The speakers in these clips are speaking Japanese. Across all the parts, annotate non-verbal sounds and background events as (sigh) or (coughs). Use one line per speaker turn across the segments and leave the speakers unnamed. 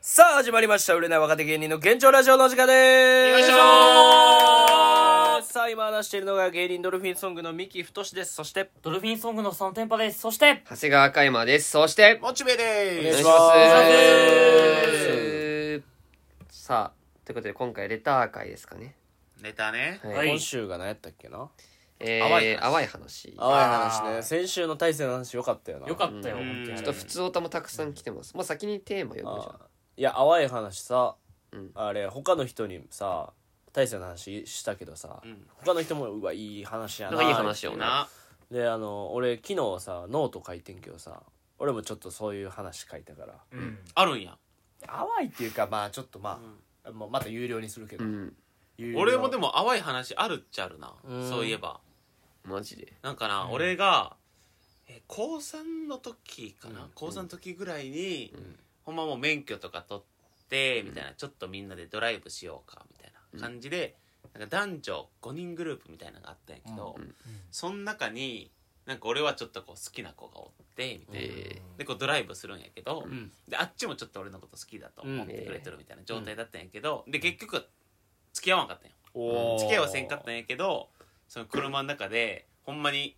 さあ、始まりました。売れない若手芸人の現状ラジオのお時間で
よい
す。
しょ
さあ、今話しているのが芸人ドルフィンソングの三木太です。そして、
ドルフィンソングのそのテンパです。そして、
長谷川嘉山です。そして、
モチベ
お願
で
い
す
します
お願いしますさあ、ということで今回レター会ですかね。
ネタね
はい。
はい
今週が何やったっけな
え
淡い
ー、
話
淡い話。ちょ
淡い話
あ
ね。
ー
先週の大勢の話よかったよな。
よかったよ、
うん
本当に。
ちょ
っと普通歌もたくさん来てます。もう先にテーマ読むじゃ
あーいや、淡い話さ、
うん
あれ、他の人にさ、大勢の話したけどさ、
ん
他の人も、うわ、いい話や
ん。な
な。
んかいい話をな。
な
で、あの、俺、昨日さ、ノート書いてんけどさ、俺もちょっとそういう話書いたから。
うん。
あるんや
淡いっていうかまあちょっとまあ、もうまた有料にするけ
う
ど、
ん。
有料
俺もでも淡い話あるっちゃあるな
うん
そういえば
マジで。
なんかな俺がえ高3の時かな高3の時ぐらいにほんまもう免許とか取ってみたいなちょっとみんなでドライブしようかみたいな感じでなんか男女5人グループみたいなのがあったんやけど
うん
その中になんか俺はちょっとこう好きな子がおってみたいな
え
でこうドライブするんやけど、
ん
であっちもちょっと俺のこと好きだと思ってくれてるみたいな状態だったんやけど、で結局は付き合わんかったんよ
おー
付き合いはせんかったんやけどその車の中でほんまに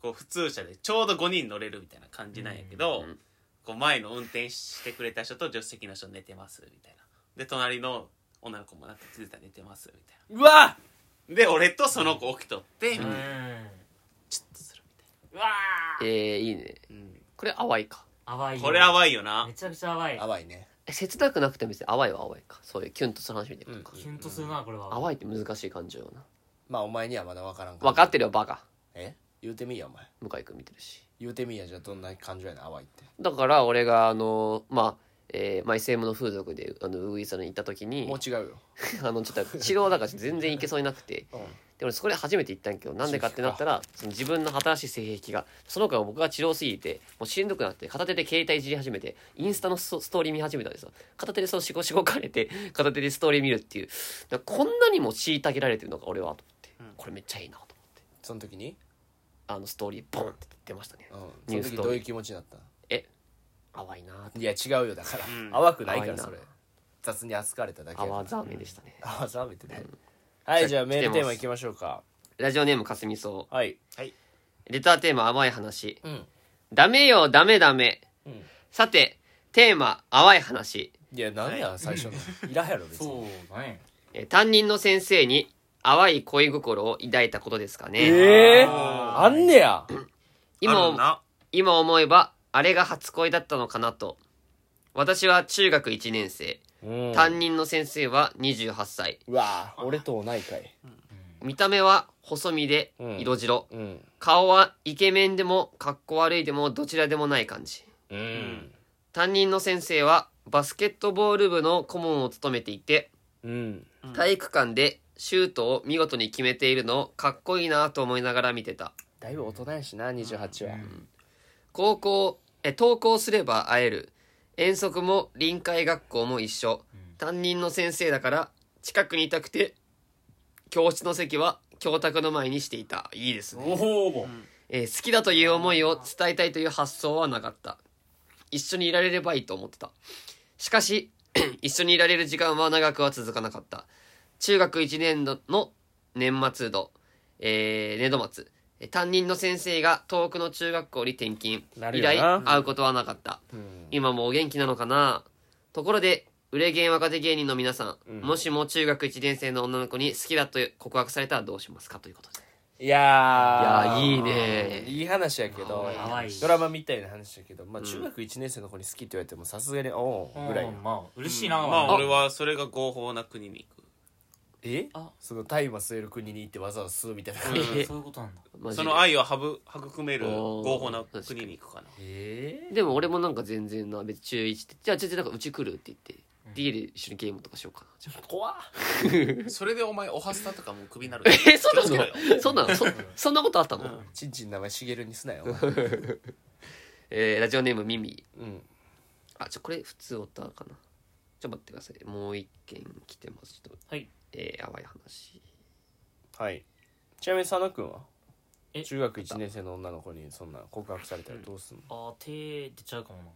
こう普通車でちょうど5人乗れるみたいな感じなんやけど、
うん
こう前の運転してくれた人と助手席の人寝てますみたいなで隣の女の子もなんか気づいたら寝てますみたいう
わ
なで俺とその子起きとってみたいな、ちょっとするみた
うわ
ー、えー、いいね。
いな、
これ淡いか。
淡い。
これやばいよな
めちゃくちゃ淡い。
淡いね
え切なくなくて別に淡いは淡いか。そういうキュンとする話みたいなことか。
キュンとするな、これは。
淡いって難しい感情よな。
まあお前にはまだ分からん
分かってるよ、バカ。
え言うてみいやお前
向井君見てるし。
言うてみいやじゃあどんな感情やねん淡いって
だから俺があのまあえー、まあ SM の風俗であのウグイスに行った時に
もう違うよ
(laughs) あのちょっと治療だから全然行けそうになくて
うん
で俺そこで初めて行ったんやけどなんでかってなったらその自分の新しい性癖がその子が僕が治療すぎてもうしんどくなって片手で携帯いじり始めてインスタのスストーリー見始めたんですよ片手でそのしごしごかれて (laughs) 片手でストーリー見るっていうだからこんなにも虐げられてるのか俺はと思って、
うん
これめっちゃいいなと思って
その時に、
あのストーリーボンって出ましたね
うん、そ
ニュ
の
ース
時
と
どういう気持ちになった
淡いなーって
いや違うよだから、
うん
淡くないから
淡いな
それ雑に扱われただけやから
淡ざめでしたね
淡ざめてね、はいじゃあメールテーマいきましょうか
ラジオネームかすみそう
はい
レターテーマ甘い話。
うん
ダメよ、ダメダメ。
うん
さて、テーマ、淡い話。
いやなんや最 (laughs) 初のいらんやろ別に
そうだね。
えー担任の先生に淡い恋心を抱いたことですかね。
ええー、
あ
あんねや
ある
今、
な
今思えば、あれが初恋だったのかなと。私は中学1年生。
うん
担任の先生は28歳。
うわ俺と同いかい
見た目は細身で
うん
色白。
うん
顔はイケメンでもかっこ悪いでもどちらでもない感じ。
う
うん
担任の先生はバスケットボール部の顧問を務めていて、
うん
体育館でシュートを見事に決めているのをかっこいいなと思いながら見てた
だいぶ大人やしな28は
高校え登校すれば会える遠足も臨海学校も一緒担任の先生だから近くにいたくて教室の席は教卓の前にしていたいいですね、
おお。
えー好きだという思いを伝えたいという発想はなかった一緒にいられればいいと思ってたしかし (clears throat) 一緒にいられる時間は長くは続かなかった中学1年度の年末度、えー年度末えー担任の先生が遠くの中学校に転勤
なる
以
よな
来会うことはなかった、
ん
今もお元気なのかなところで売れ芸若手芸人の皆さん、もしも中学1年生の女の子に好きだと告白されたらどうしますかということ
い
で
やー
いやーいいね
いい話やけど
淡い
ドラマみたいな話やけどまあ中学1年生の子に好きって言われてもさすがにおうぐらいよ
うんまあ、嬉しいな。
まあ
あ
俺はそれが合法な国に行く
え
あ
その大麻吸える国に行ってわざわざ吸うみたいな
う
感
ん
じ
そういうことなんだ。
マジ
そ
で
の愛をはぶ育める
おー
合法な国に行くかな
え
でも俺もなんか全然な別に中1ってじゃあ全然なんかうち来るって言って、で家で一緒にゲームとかしようかなじゃあ (laughs)
怖っ
それでお前おはスタとかもうクビになる
えそう
気をつけろよ
なのそんなのそそんなことあったの、
うん
ちんちん名前しげるにすなよお前
えーラジオネームミミ
うん
あちょこれ普通オタかなちょっと待ってくださいもう一件来てますちょっと
はい
えー、淡い話
はいちなみに佐野くんは
え
中学1年生の女の子にそんな告白されたらどうすんの
あー、手出ちゃうかもな。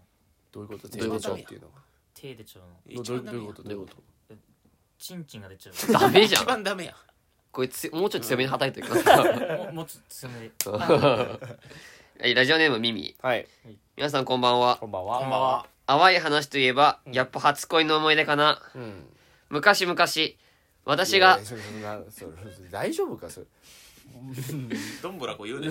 どういうこと
どういうこ
手出
と
ちゃうっていうのは
手出ちゃうの
ど
一
どう
番
どういうこと
ダメや
どういうこ
チンチンが出ちゃう
ダメじゃ
一
(laughs) ん
番ダメや
こいつもうちょい強めに叩いてくだ (laughs) さ
ももうちょっと強めで
いラジオネームミミ
とはい
皆さんこんばんは
こんばんは
こんばんは
淡い話といえばやっぱ初恋の思い出かな
うん
昔々私
い
が
やそそんなそれ大丈夫かそれ
どんぶらこ言う
(laughs)
ね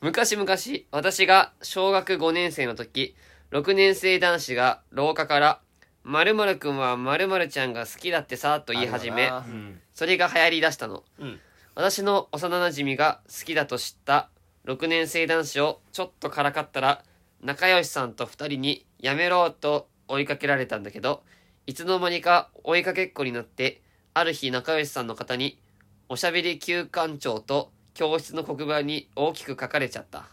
昔々私が小学5年生の時6年生男子が廊下から「まるくんはまるちゃんが好きだってさ」と言い始め
あ
うん
それが流行りだしたの、
うん
私の幼馴染が好きだと知った6年生男子をちょっとからかったら仲良しさんと2人に「やめろ」と追いかけられたんだけどいつの間にか追いかけっこになってある日仲良しさんの方に「おしゃべり休館長」と教室の黒板に大きく書かれちゃった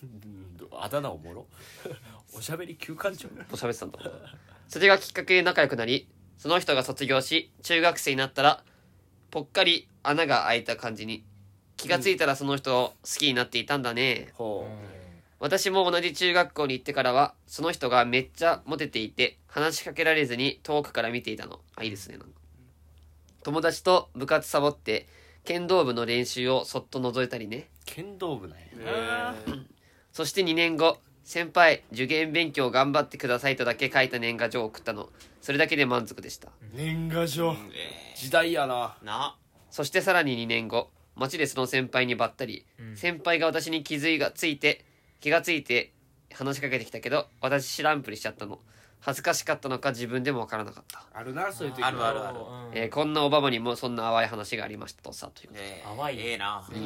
うんあだ名おもろ (laughs) おしゃべり休館長
と喋ってたんだそれがきっかけで仲良くなりその人が卒業し中学生になったらぽっかり穴が開いた感じに気がついたらその人を好きになっていたんだね、
ほ
私も同じ中学校に行ってからはその人がめっちゃモテていて話しかけられずに遠くから見ていたのあいいですねなんか友達と部活サボって剣道部の練習をそっと覗いたりね
う剣道部なんや
そして2年後、先輩、受験勉強頑張ってくださいとだけ書いた年賀状を送ったの。それだけで満足でした。
年賀状
え
時代やな
ーな
そしてさらに2年後、街でその先輩にばったり、先輩が私に気づいがついて、気がついて話しかけてきたけど、私知らんぷりしちゃったの。恥ずかしかったのか自分でもわからなかった。
あるなそういう時
あるあるある
えーこんなオバマにもそんな淡い話がありましたとさ、ということで。
えー
淡い
ええな
うん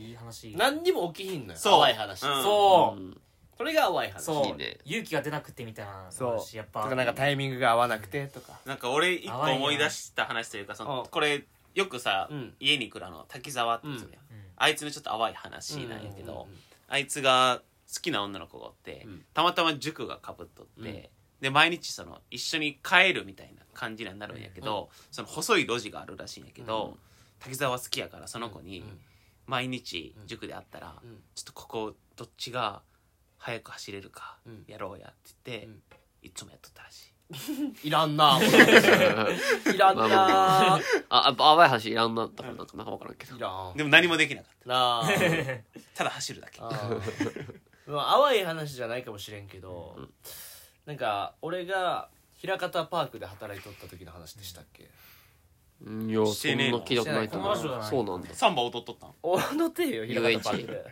いい話
何にも起きひんのよ
そう
淡い話
うん
そううん
それが淡い話
そう
いいね
勇気が出なくてみたいな
そう
やっ
と
ぱ
かなんかタイミングが合わなくてとか
なんか俺一個
淡いな
思い出した話というかその
うん
これよくさ
うん
家に来るあの滝沢ってやつやん
うん
あいつのちょっと淡い話なんやけ
うんうんう
ど
ん
あいつが好きな女の子がおって
うん
たまたま塾がかぶっとって、
うん
で毎日その一緒に帰るみたいな感じになるんやけど、その細い路地があるらしいんやけど、
うん
滝沢好きやからその子に
うん
毎日塾で会ったら、
うん
ちょっとここどっちが速く走れるか
うん
やろうやって言って、
うん
いつもやっとったらしい。
いらんな (laughs) いらん
まあま
な
あ、やっぱ淡い話いらんなったからなんかなんかわからんけど
い。らん
でも何もできなかっ
なあ
たただ走るだけ
あーまあ淡い話じゃないかもしれんけど、なんか俺が枚方パークで働いとった時の話でしたっけ
うんいや、
し
そ
て
ん
ねえ
な
の
聞いたことない
このラ
ジオじゃない
そうなんだ。
サンバ踊っとったん
俺の手よ枚方パークで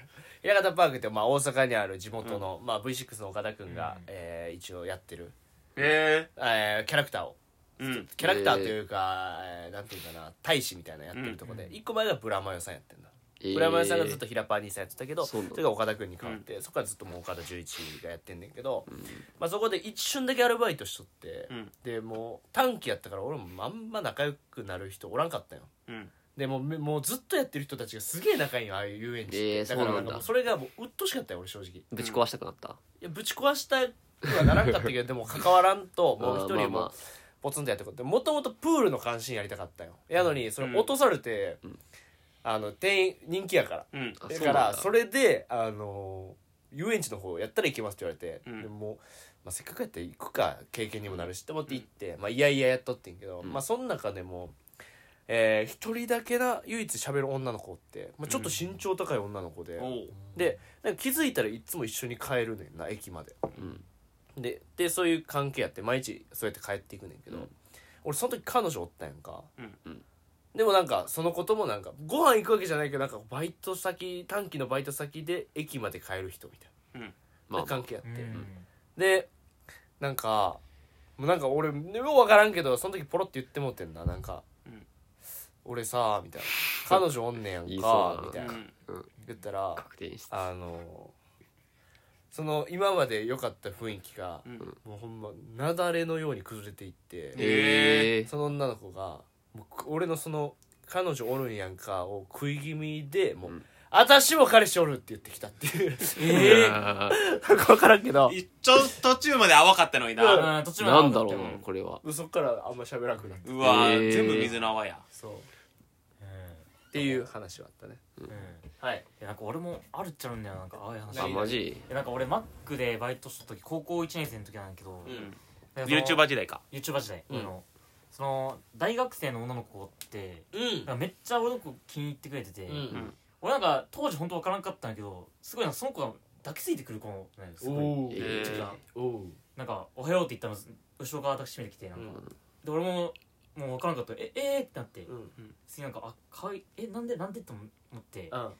枚方パークってまあ大阪にある地元の、まあ、V6 の岡田君が、
うん
えー一応やってる、
え
えーキャラクターを
えうん
キャラクターというか、えーなんていうかな大使みたいなのやってるとこで、
うん
一個前がブラマヨさんやってんだ、
えー
ブラマヨさんがずっと平パー兄さんやってたけど
そうなんだ
れが岡田君に変わって、そこからずっともう岡田准一がやってんねんけど、まあ、そこで一瞬だけアルバイトしとって、
うん
でもう短期やったから俺もあんま仲良くなる人おらんかったよ
うん
でもうめもうずっとやってる人たちがすげえ仲いいよああいう遊園地って、
えー
だから
そ
な
うなんんだ
かもうそれがもう鬱陶しかったよ俺正直い
ぶち壊したくなった。
やぶち壊したくはならんかったけどでも関わらんともう一
(laughs) あ
人
ーまあま
も
あ
ポツンとやってこってもともとプールの監視員やりたかったよやのにそれ落とされて、あの店員人気やから
うん
あ
だ
そう
か
なん
ら
だ
それであの遊園地の方やったら行きますって言われて、
うん
でもう、まあ、せっかくやったら行くか経験にもなるしって思って行って、まあいやいややっとってんけど、
ん
まあその中でもえー一人だけな唯一喋る女の子って、まあ、ちょっと身長高い女の子で、
おう
でなんか気づいたらいつも一緒に帰るねんな駅まで
うん。
ででそういう関係やって毎日そうやって帰っていくねんけど、
うん
俺その時彼女おったやんか、
うん
うん
でもなんかそのこともなんかご飯行くわけじゃないけどなんかバイト先短期のバイト先で駅まで帰る人みたいな、
まあまあ、
関係あって、
うん
でなんかもうなんか俺ようわからんけどその時ポロって言ってもうてんななんか、
うん
俺さみたい
(laughs)
な彼女おんねやん
言い
か
そうだな
みたいな
うん
言ったら
確定室。
あのその今まで良かった雰囲気が、
うん
もうほんま雪崩のように崩れていって、
ええ
その女の子がもうく俺のその彼女おるんやんかを食い気味でもう、私も彼氏おるって言ってきたっていう (laughs)
ええ
あ
なんか分からんけど
ちょっと途中まで淡かったのにな
うん途中
ー
ま
な
で
んだろ
う
うなこれは
そっからあんま喋らなくなった
うわ
え
ー
ー
全部水の泡や
そう
う
っていう話はあったね
んうん
はい
いやなんか俺もあるっちゃうんだよなんか淡い話
な
あ
い
マジ
えなんか俺マックでバイトした時高校1年生の時なんだけど、
ん YouTuber 時代か
YouTuber 時代、
うん
あのその大学生の女の子って
うん
なんかめっちゃ俺の子気に入ってくれてて、
うん
俺なんか当時本当わからんかったんだけどすごいなんかその子が抱きついてくる子なんですすごい
お
え
ー
ー
めっちゃ
おー
なんか「おはよう」って言ったの後ろから抱きしめてきてなんか、で俺ももうわからんかったええー、ってなって、
うん
次なんかあかわいいえなんでなんでって思って
うん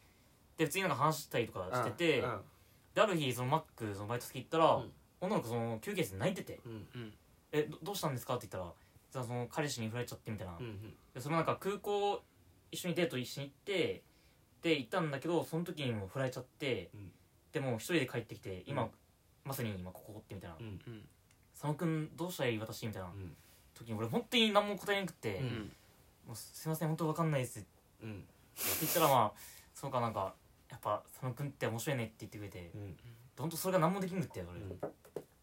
で次なんか話したりとかしてて、
うん
である日そのマックそのバイト先行ったら、
うん
女の子その休憩室で泣いてて
うん
「えどどうしたんですか?」って言ったら実はその彼氏に振られちゃってみたいな、
うん
でそのなんか空港一緒にデート一緒に行ってで行ったんだけどその時にも振られちゃって、
うん
でもう一人で帰ってきて今、
うん
まさに今ここってみたいな「
うん
佐野君どうしたらいい私」みたいな
うん
時に俺本当に何も答えなくて「
うん
もうすいません本当わかんないです」って
うん
言ったらまあそうかなんかやっぱ佐野君って面白いねって言ってくれて
うん
本当それが何もできんくって俺、
うん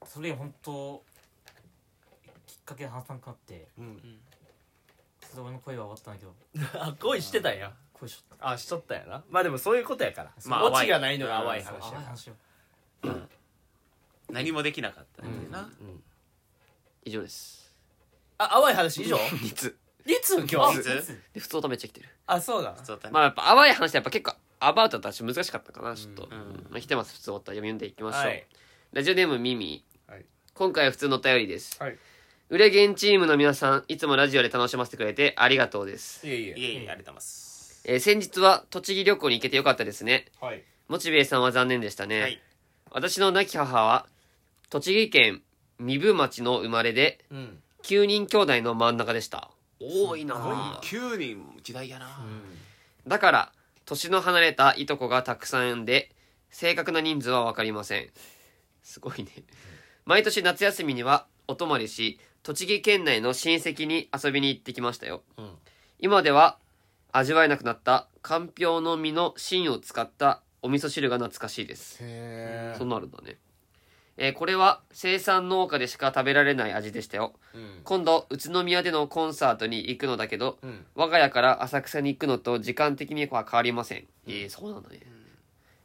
それ本当きっかけで話さなくなって
うん
それで俺の恋は終わったんだけど
あ恋してたんや
恋しちゃっ
あしとったんやなまあでもそういうことやから
まあ
オチがないのが淡い
たそう
話
淡い
や
話よ
何もできなかったんだよな
うん
以上です
あ淡い話以上
3つ
いつ今
い
日
つ
で普通とめっちゃ来てる
あそうだ
そうだね
まあやっぱ淡い話ってやっぱ結構アバウトだったし難しかったかなちょっと、
うんうん
まあ、来てます普通おったら読み読んでいきましょう、
はい
ラジオネームミミ、
はい
今回は普通のお便りです
はい
売れゲンチームの皆さんいつもラジオで楽しませてくれてありがとうです、
いえいえ
いえいえありがとうございます
えー先日は栃木旅行に行けてよかったですね
はい
モチベイさんは残念でしたね、
はい
私の亡き母は栃木県壬生町の生まれで
うん
9人兄弟の真ん中でした多いなあ
9人も時代やな
だから年の離れたいとこがたくさんで正確な人数は分かりませんすごいね毎年夏休みにはお泊まりし栃木県内の親戚に遊びに行ってきましたよ
うん
今では味わえなくなったかんぴょうの実の芯を使ったお味噌汁が懐かしいです
へ
そうなるんだね、えーこれは生産農家でしか食べられない味でしたよ
うん
今度宇都宮でのコンサートに行くのだけど
うん
我が家から浅草に行くのと時間的には変わりません、えーそうなんだね、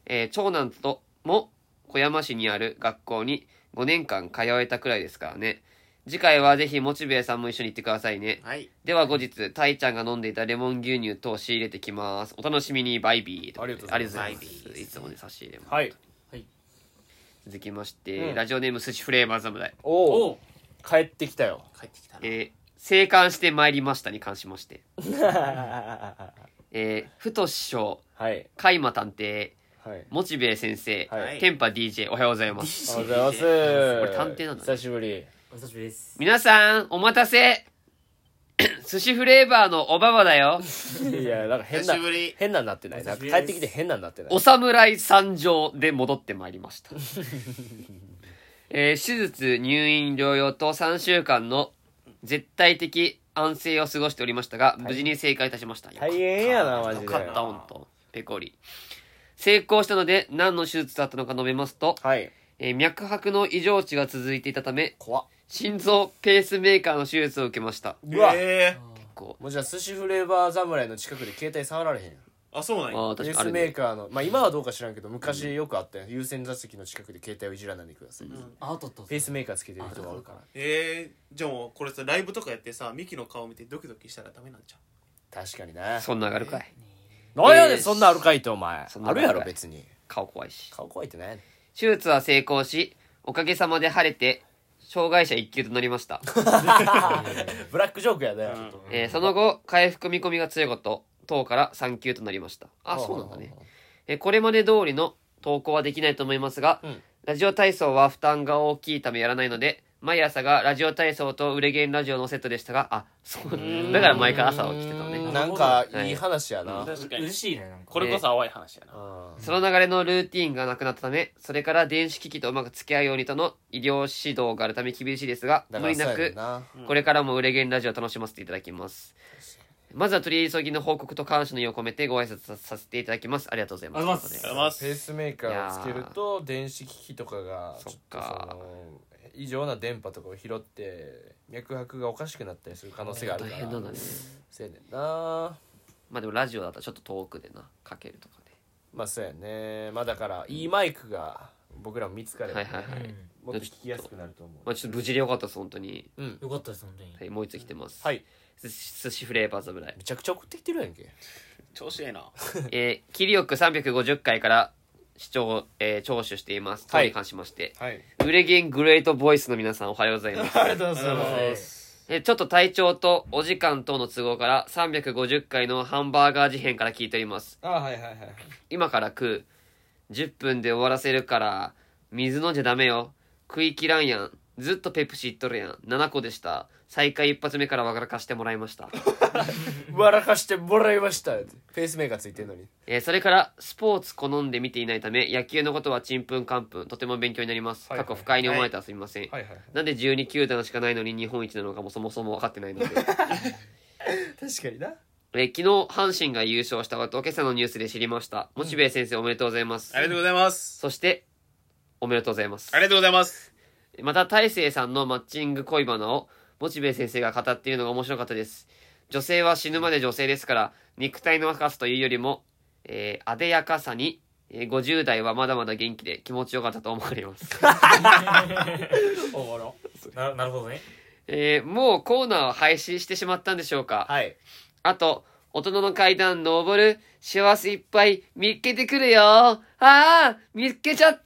えー長男とも小山市にある学校に5年間通えたくらいですからね次回はぜひモチベーさんも一緒に行ってくださいね
はい
では後日たいちゃんが飲んでいたレモン牛乳と仕入れてきますお楽しみにバイビー
ありがとうございます
ありがとうございますいつもね差し入れも、
はい
続きまして、
うん
ラジオネーム寿司フレーバー侍
お
お
お
う
帰ってきたよ
帰ってきたな
えー、生還してまいりましたに関しま
(laughs)
して
は
えー、ふと師匠
い
海馬探偵
はい
モチベー先生、
はい
天パ DJ おはようございます
おはようございます。俺
探偵なの
久しぶり。
お久しぶりです
皆さんお待たせ (coughs) 寿司フレーバーのおばばだ
(laughs)
よ
いや、なんか変
久
な
しぶり、
変なんなってない。なんか帰ってきて変なんなってない
お。侍参上で戻ってまいりま
(laughs)
した、えー手術入院療養と3週間の絶対的安静を過ごしておりましたが無事に正解いたしました、よかっ
大変やな、マジ
よ
で。
かったほんとペコリ成功したので何の手術だったのか述べますと、
はい。
えー脈拍の異常値が続いていたため
怖っ。
心臓ペースメーカーの手術を受けました
うわ
ええ
こう
もうじゃあ寿司フレーバー侍の近くで携帯触られへんやん。
あそうなんや
ああ
ニュー
確かあ
ス
る
メー
ね
カーの、まあ今はどうか知らんけど、昔よくあったよ。優先座席の近くで携帯をいじらないでください。
あとと
ペースメーカーつけてる人がおるから。
ええじゃあもうこれさライブとかやってさミキの顔見てドキドキしたらダメなんじゃう
確かにな。
そんなんあるかい
なんやねん、そんなんあるかいってお前。
そんな
あ
んあ
る
るかい
やろ、別に。
顔怖いし
顔怖いってない
手術は成功しおかげさまで晴れて障害者1級となりました、
ブラックジョークやね。
えーその後回復見込みが強いこと等から3級となりましたあそうなんだね、えーこれまで通りの投稿はできないと思いますが、
うん
ラジオ体操は負担が大きいためやらないので毎朝がラジオ体操と売れゲンラジオのセットでしたがあそうだから毎回朝起きてたのね
なんかいい話やな。
確
嬉しいねなんか
これこそ淡い話やな
あ
その流れのルーティンがなくなったため、それから電子機器とうまく付き合うようにとの医療指導があるため厳しいですが、
ーだ
無
から
理
そうや
な
ね
く
ん、な
これからも売れゲンラジオを楽しませていただきます。まずは取り急ぎの報告と感謝の意を込めてご挨拶させていただきます。ありがとうございます。
ありがとうございます
とい
ペ
ま
うこ
ースメーカーをつけると電子機器とかが
そっ
ちょっと
か
その異常な電波とかを拾って脈拍がおかしくなったりする可能性がある
と
か
で
ら
大変なんだね。
せやねんな
まあでもラジオだったらちょっと遠くでな、かけるとかね。
まあそうやねまあだからいいマイクが僕らも見つかれば、
はいはいはい、
うん
もっと聞きやすくなると思う
まあ、ちょっと無事でよかったです本当に、
うん
よかったです本当に
はい、もう一つ来てます、
はい
寿司寿司フレーバー侍 (laughs)
めちゃくちゃ送ってきてるやんけ
調子ええな
えー、キリオク350回から視聴、えー、聴取しています。
は
はいい。に関しまして。
はい
売れゲングレートボイスの皆さんおはようございます。
ありがとうござい
ありがとうござい
ま
ます
えーちょっと体調とお時間等の都合から350回のハンバーガー事変から聞いております。
あはいはいはい
今から食う。10分で終わらせるから、水飲んじゃダメよ。食い切らんやん。ずっとペプシいっとるやん。7個でした。再開一発目から笑かしてもらいました。
(laughs) 笑かしてもらいましたペースメーカーついてんのに
えーそれからスポーツ好んで見ていないため野球のことはちんぷんかんぷんとても勉強になります、
はいはい
過去不快に思えてはすみません、
はいはい
なんで12球団しかないのに日本一なのかもそもそも分かってないので、
(laughs) 確かにな
えー昨日阪神が優勝したことを今朝のニュースで知りましたモチベイ先生おめでとうございます、
ありがとうございます
そしておめでとうございます
ありがとうございます
また大勢さんのマッチング恋バナをモチベイ先生が語っているのが面白かったです女性は死ぬまで女性ですから肉体の若さというよりも、えー、あでやかさに、えー50代はまだまだ元気で気持ちよかったと思われ
(laughs)
ます、
おもろ
ななるほどね
えーもうコーナーを廃止してしまったんでしょうか、
はい
あと大人の階段登る幸せいっぱい見っけてくるよああ見っけちゃっ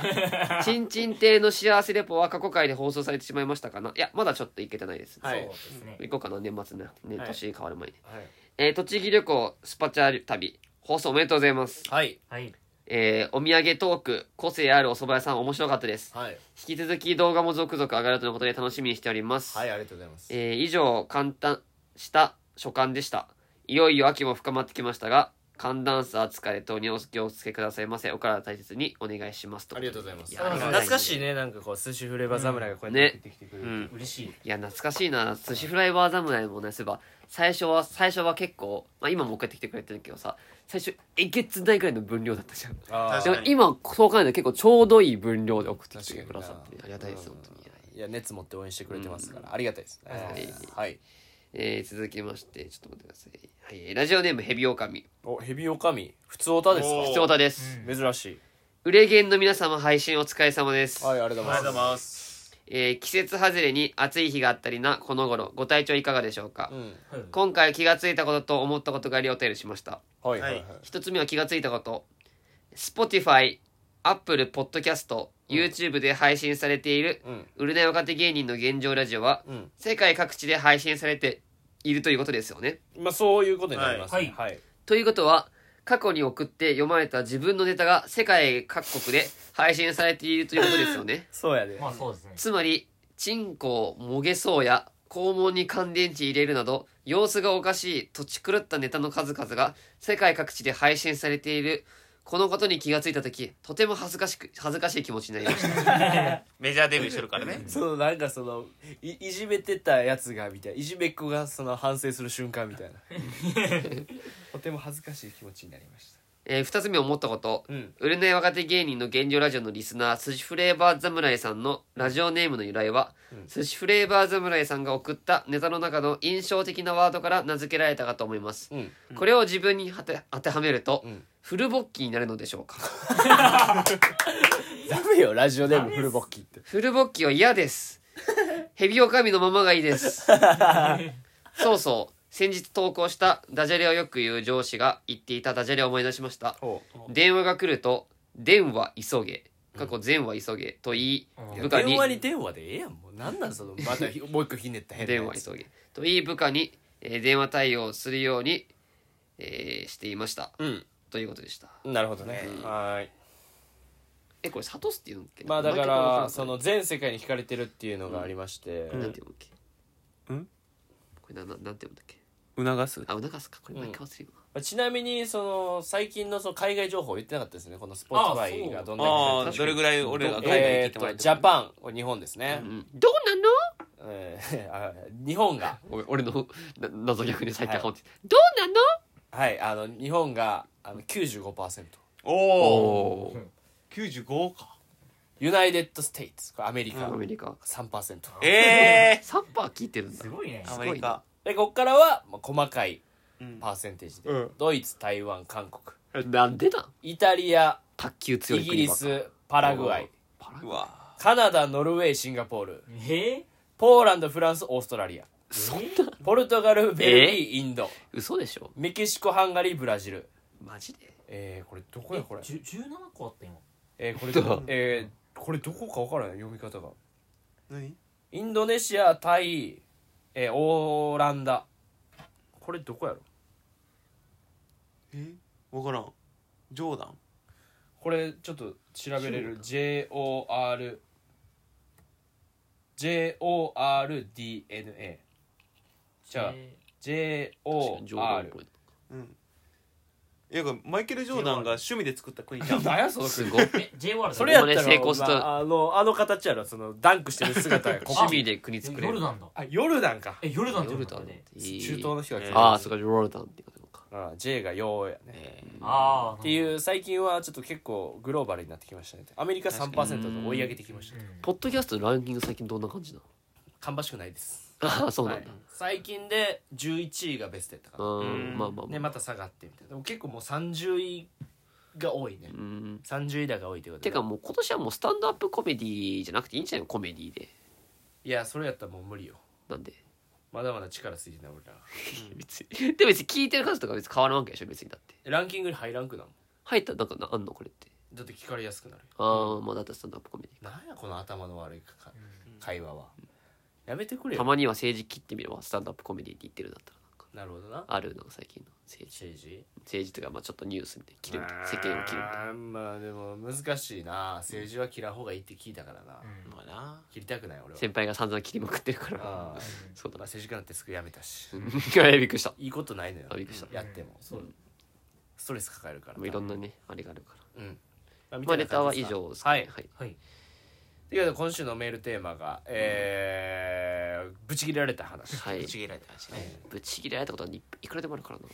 (laughs)
ーちんちん亭の幸せレポは過去回で放送されてしまいましたかないやまだちょっといけてないです、
はい
そうですね
行こうかな年末ねね
はい
年変わる前に、
はい
えー栃木旅行スパチャ旅放送おめでとうございます、
はい
はい
えーお土産トーク個性あるお蕎麦屋さん面白かったです
はい
引き続き動画も続々上がるとのことで楽しみにしております、
はいありがとうございます
えー以上簡単した所感でしたいよいよ秋も深まってきましたが寒暖差疲れ等にお気をつけくださいませお体大切にお願いします
ありがとうございます
や
ありがとうござ
懐
います
かしいねなんかこう寿司フレーバー侍がこうやって
ね
出てきてくれ
う
る、
ん
嬉しい
いや懐かしいな寿司フライバー侍もねそういえば最初は最初は結構、まあ、今もう一回やってきてくれてるけどさ最初えげつないぐらいの分量だったじゃん
あー
確
でも
かに
今そう考えると結構ちょうどいい分量で送ってきてくださってありがたいです
うん
本当に、
いや熱持って応援してくれてますから、ありがたいです、
い
はい
えー続きましてちょっと待ってください、はい、ラジオネームヘビオオカミ
おヘビオカミ普通オタです
お
必要だです、
ー
か珍し
売れゲンの皆様配信お疲れ様です、
いはいありがとうございます
ます
えー季節外れに暑い日があったりなこの頃ご体調いかがでしょうか、
うん
はい
今回気がついたことと思ったことがありお便りしました
はいはいはい、
は
一つ目は気がついたこと Spotify、Apple、Podcast、YouTube で配信されている
うん
売れない若手芸人の現状ラジオは
うん
世界各地で配信されているということですよね
まあそういうことになります
はい
はい、
ということは過去に送って読まれた自分のネタが世界各国で配信されているということですよね
そうやで、
まあそうですね
つまり、チンコをもげそうや、肛門に乾電池入れるなど、様子がおかしい、土地狂ったネタの数々が、世界各地で配信されている。このことに気がついたとき、とても恥ずかしく、恥ずかしい気持ちになりま
(laughs)
した。
メジャーデビューしてるからね
そのなんかそのいいじめてたやつがみたいないじめっ子がその反省する瞬間みたいなとても恥ずかしい気持ちになりまし
えー二つ目思ったこと。
たうん
売れない若手芸人の現状ラジオのリスナー、寿司フレーバー侍さんのラジオネームの由来は、
うん
寿司フレーバー侍さんが送ったネタの中の印象的なワードから名付けられたかと思います。
うん
これを自分に当て当てはめると、
うん
フルボッキーになるのでしょうか
ダメよラジオネームフルボッキーって
フルボッキは
(laughs)
嫌です。ヘビオカミのままがいいです。そうそう。先日投稿したダジャレをよく言う上司が言っていたダジャレを思い出しました。
お
電話が来ると、電話急げ。過去前話急げと言い、
うん
部下に
電話に電話でええやんもうなんなんそのまたひもう一個ひねった変なや
電
つ
話急げと言い部下に、えー電話対応するように、えーしていました。
う
ということでした。
んなるほどねはーい
え、これサトスって言うんだっけ
まあだか
毎回こ
ら
れ
その全世界に惹かれてるっていうのがありまして
なんて読むっけ
うん
これな、ななんて読むんだっけ
促す
あ、促すか。これ毎回忘れるわ。
まあちなみにその最近のその海外情報言ってなかったですねこのスポ
あ
ーツ
あ
バ
そ
イ
う
がどんだけ
ああ
入って
どれぐらい俺ら
る
海
か
外
え
聞い
ー
てもら
と
えて
ジャパン日本ですね
うんどうなの
えーあ日本が
ごめん俺のな謎逆に最低本って、どうなの
はいあの日本があの95%
おお
うん
95か
ユナイテッド・ステイツこれアメリカ
アメリカ
3%
ええ
3パー聞いてるんだ
すごいね
アメリカ
でここからはまあ細かい
うん
パーセンテージで
うん
ドイツ台湾韓国
なんでだ
イタリア
卓球強
イ
い
ギ
国
リ
ばっか
スパラグアイ
パラ
うわ
カナダノルウェーシンガポール
え
ポーランドフランスオーストラリア
そんな
ポルトガルベルギーインド
嘘でしょ
メキシコハンガリーブラジル
マジで
えー、これどこやこれ
じゅ17個あった今
えー、これ
どう
えー、これどこかわからない読み方が
何
インドネシアタイ、えー、オーランダこれどこやろ
え分からん冗談
これちょっと調べれる JOR JORDNA じゃあ
え
JOR
うんいやマイケル・ジョーダンが趣味で作った国 (laughs) じゃん
何やその
す
国
ごい
ーえ JWAR
それやったら
ここまで成功した
まああのあの形やろそのダンクしてる姿 (laughs) がここ
趣味で国作れ
ヨ
る
ルダンだ
あヨルダンか
えヨルダンって
ヨ
呼
ル
ぶ
ダ
だ
ン
ね
中東の人が来てる
ああそうかヨルダンってことか
あ J がヨーやね
えー
ああ
っていう最近はちょっと結構グローバルになってきましたねアメリカ3%と追い上げてきました
ポッドキャストのランキング最近どんな感じなの
芳しくないです
ああ (laughs) そうなん
はい
だ
最近で11位がベストやったか
う
な
ーんまあまあ
で
ま
ま
あ
た下がってみたいなでも結構もう30位が多いね
うん
30位だが多いってことで
てかもう今年はもうスタンドアップコメディじゃなくていいんじゃないのコメディで
いやそれやったらもう無理よ
なんで
まだまだ力ついてない俺ら
別に (laughs) でも別に聞いてる数とか別に変わらんわけでしょ別にだって
ランキングに入らんくなる
入ったらなんかなあんのこれって
だって聞かれやすくなるよ
ああまあだってスタンドアップコメデ
なんやこの頭の悪いか会話はやめてくれ
ィた
よ
まには政治切ってみればスタンドアップコメディって言ってるんだったらなんか
なるほどな
あるの最近の政治
政治
政治とかまあちょっとニュースみたいな切るみたいな世間を切るみたいな
あーまあでも難しいな政治は切らん方がいいって聞いたからな、
まあな
切りたくない俺は
先輩が散々切りまくってるから
あ
(laughs)
あ
そう
まあ
だね
政治家なんてすぐ辞めたし、
びっくりした
いいことないのよ
あびっくりした
やっても、
そう
ストレス抱えるから
もういろんなねあれがあるから
うんまあみ
ま
た
あ
い
レ
な
ター
感
は
じで
以
すか
上ですか
は
ね
い
はい
はい
というわけで今週のメールテーマがえーぶち切れられた話
は
ぶ
い
ち切られた話ね
ぶち切れられたことはいいくらでもあるからな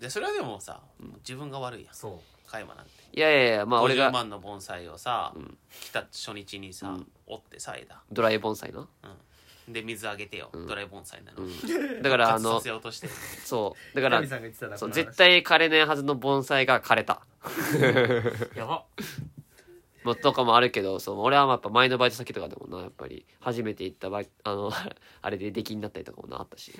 でそれはでもさ自分が悪いやん
そう
加山なんて
いやいやいやまあ俺
50
が
万の盆栽をさ来た初日に
う
さ
ん
折ってさ枝
ドライ盆栽な
うんで水あげてよドライ盆栽なの
だから
(laughs)
あ
活さ
の
せようとして
そうだから
神さんが言ってたな
そう
この話
絶対枯れないはずの盆栽が枯れた
やば
もとかもあるけどそう俺はやっぱ前のバイト先とかでもなやっぱり初めて行ったバイトあの (laughs) あれで出禁になったりとかもなあったし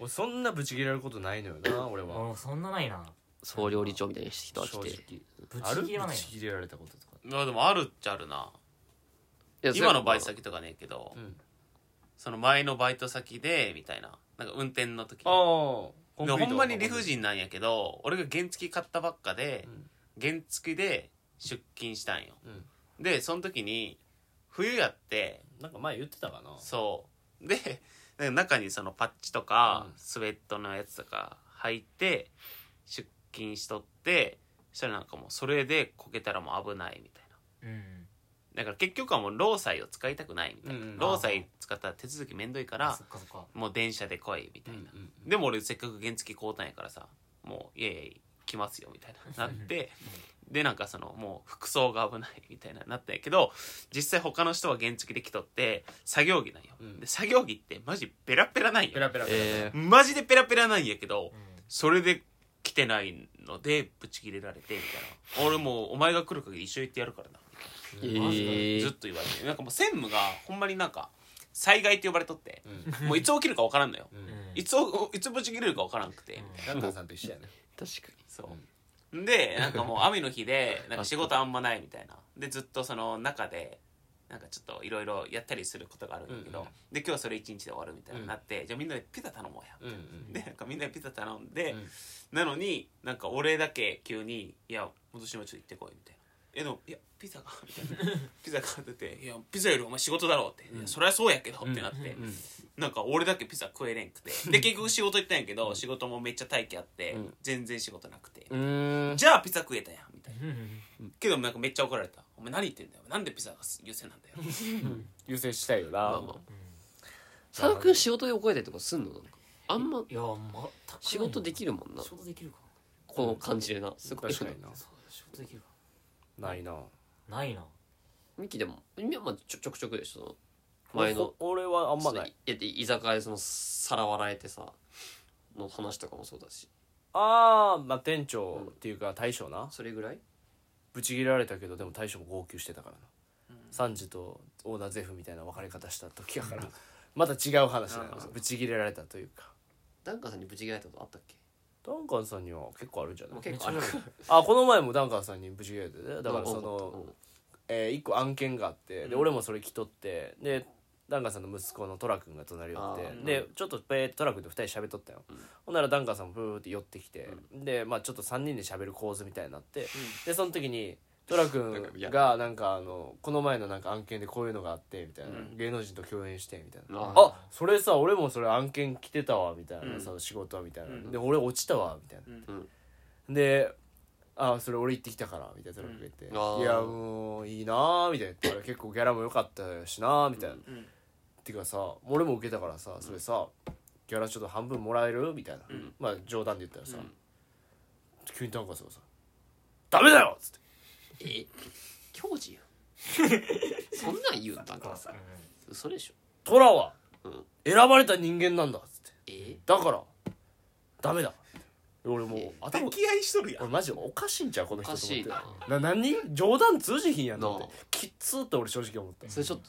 俺そんなぶち切れることないのよな俺は
あそんなないな
総料理長みたいな人が
正
来て
直
い
ぶ
あ
ち
るぶ
切れはない
ち切れられたこととか
まあでもあるっちゃあるな
やそれ
今のバイト先とかねえけど
うん
その前のバイト先でみたいななんか運転の時
あ
に
あ
いやほんまに理不尽なんやけど俺が原付買ったばっかで
うん
原付で出勤したんよ
うん
でその時に冬やって
なんか前言ってたかな
そうでなんか中にそのパッチとか、
うん
スウェットのやつとか履いて出勤しとってそしたらなんかもうそれでこけたらもう危ないみたいな
うん
だから結局はもう労災を使いたくないみたいな、
うんうん
労災使ったら手続きめんどいから
そっかそっか
もう電車で来いみた
う
い
ん
な、
うん
でも俺せっかく原付買うたんやからさもういやいや来ますよみたいななってでなんかそのもう服装が危ないみたいななったんやけど実際他の人は原付で来とって作業着なんよ、
うん
で作業着ってマジペラペラなん
ペ
よ
ラペラペラ
え
マジでペラペラなんやけど
うん
それで来てないのでブチ切れられてみたいな俺もうお前が来る限り一緒に行ってやるからな
ー、えー
ずっと言われてなんかもう専務がほんまになんか災害って呼ばれとって
うん
もういつ起きるか分からんのよ
うん
うん
いつおいつブチ切れるか分からんくて、
ガンタンさんと一緒やね
確かに
そうでなんかもう雨の日でなんか仕事あんまないみたいなでずっとその中でなんかちょっといろいろやったりすることがあるんだけど、
うんうん
で今日はそれ一日で終わるみたいになって、じゃあみんなでピザ頼もう
う
や、
んうん
でなんかみんなでピザ頼んで、
うん
なのになんか俺だけ急に「いや今年もちょっと行ってこい」みたいな「えでもいやピザが」 (laughs) みたいな「ピザが」ってて「いやピザよりお前仕事だろ」って「いやそりゃそうやけど」ってなって、なんか俺だけピザ食えれんくて (laughs) で結局仕事行ったんやけど仕事もめっちゃ待機あって、全然仕事なくて、
うん
じゃあピザ食えたやんみたいな
うん
けどなんかめっちゃ怒られた「お前何言ってんだよなんでピザが優先なんだよ」 (laughs)
優先したいよな
佐野君仕事で怒られたりとかすんのなんかあんま
いやまた
仕事できるもんな
仕事できるか
この感じでなすごい
確かにな
そう仕事できるか
ないな
ないな
ミキでもミキはまあちょちょくちょくでしょその前の
こ俺はあんま
その
ない
いやで居酒屋でそのさらわれてさの話とかもそうだし
ああまあ店長っていうか大将な
それぐらい
ぶち切られたけどでも大将も号泣してたからな、サンジとオーナーゼフみたいな別れ方した時やから、 (laughs) また違う話だよ
なるほど
ぶち切れられたというか
ダンカンさんにぶち切られたことあったっけ
ダンカンさんには結構あるんじゃな
ま
い
あ結構ある
あこの前もダンカンさんにぶち切れてねだからそ
うんう
の
ん、
えー、1個案件があってで
うん
俺もそれ着とってでダンカンさんの息子のトラ君が隣寄っ
あ
て
ー
でちょっとペーってトラ君と2人喋っとったよ、ほんならダンカンさんもブーって寄ってきて、でまあちょっと3人で喋る構図みたいになって、でその時にトラ君がなんかあのこの前のなんか案件でこういうのがあってみたいな、芸能人と共演してみたいな、
あ
あそれさ俺もそれ案件来てたわみたいな、
うん
その仕事みたいな、
うん
で俺落ちたわみたいな、で「あそれ俺行ってきたから」みたいなそれ言って「
んあー
いやもういいな」みたいな言って結構ギャラも良かったしなみたいな、
うん
てかさ俺も受けたからさそれさ、ギャラちょっと半分もらえるみたいな、まあ冗談で言ったらさ、急に短歌さんがさ「ダメだよ!」っつって
え教 (laughs) 授やんそんなん言うたんかさ嘘でしょ
「トラは
ん
選ばれた人間なんだ」っつって
え
「だからダメだ」俺もう頭
抱き合いしとるやん
俺マジおかしいんちゃうこの
お
人
か
と思っ
していな
な何冗談通じひんやんだって
なあ
きっつーって俺正直思った
それちょっと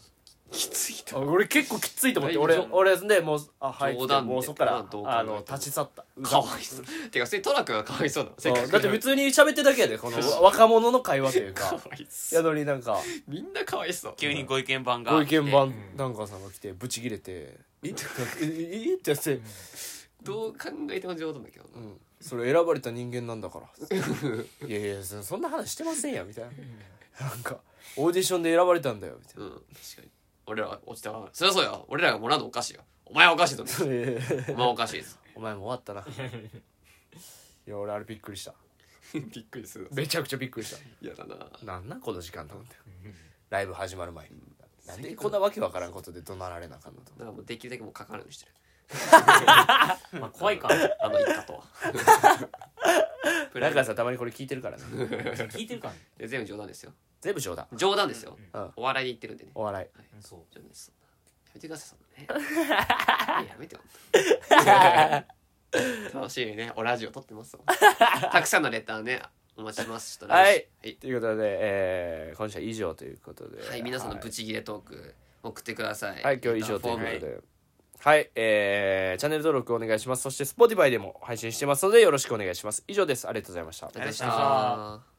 きつい
あ
と
俺結構きついと思って
大
俺
丈夫
俺でもうあはいっつ
冗
って
談で
もうそっか
まあ
ら
どう考えても
あの立ち去った
かわいそうてかそれトラ君がかわいそうだせっか
あ
く
だって普通に喋ってるだけやでこの若者の会話という
か
か
わいそう
やのになんか
みんなかわいそう
急にご意見番が
ご意見
う
番
ん
なんかさんが来てブチ切れて「えっ?」ってやって
どう考えても冗談だけど
う
な、
ん「それ選ばれた人間なんだから」
(laughs)
いやいやそそんな話してませんや」みたいななんか「オーディションで選ばれたんだよ」みたいな
うん、確かに俺ら落ちたわそりゃそうや俺らがもらうのおかしいよお前はおかしいと思うお前はおかしいです
お前も終わったな (laughs) いや俺あれびっくりした
(laughs) びっくりする
めちゃくちゃびっくりし
嫌だな
たなんなんこの時間と思ってライブ始まる前になんでこんなわけわからんことで怒鳴られなあかんのと
だからもうできるだけもうかかるようにしてる
まあ怖いから
(laughs) あの一家とはプラ
ラ
イ
イ
ベ
カ
ー
さんたまにこれ聞いてるからね
聞いてるからね
トで全部冗談ですよ
全部冗談
冗談ですよ、
うん
お笑いで言ってるんでね
お笑 (laughs)
うんそ
冗談ですそんなやめてくださいそんな
(laughs)
ねいややめてよ本当に楽しいねおラジオ撮っ
(laughs)
てますよたくさんのレターねお待ちしてますちょっと
は
来
い
週はい
いということで、えー、今週は以上ということで
はい、皆さんのブチギレトーク送ってください。
はい、今日以上
フ
とい
ォ
うこと
ーム
で。はい、えー、チャンネル登録お願いします。そして Spotify でも配信してますのでよろしくお願いします。以上です。ありがとうございました。
お願いし
ありがとうござい
ます。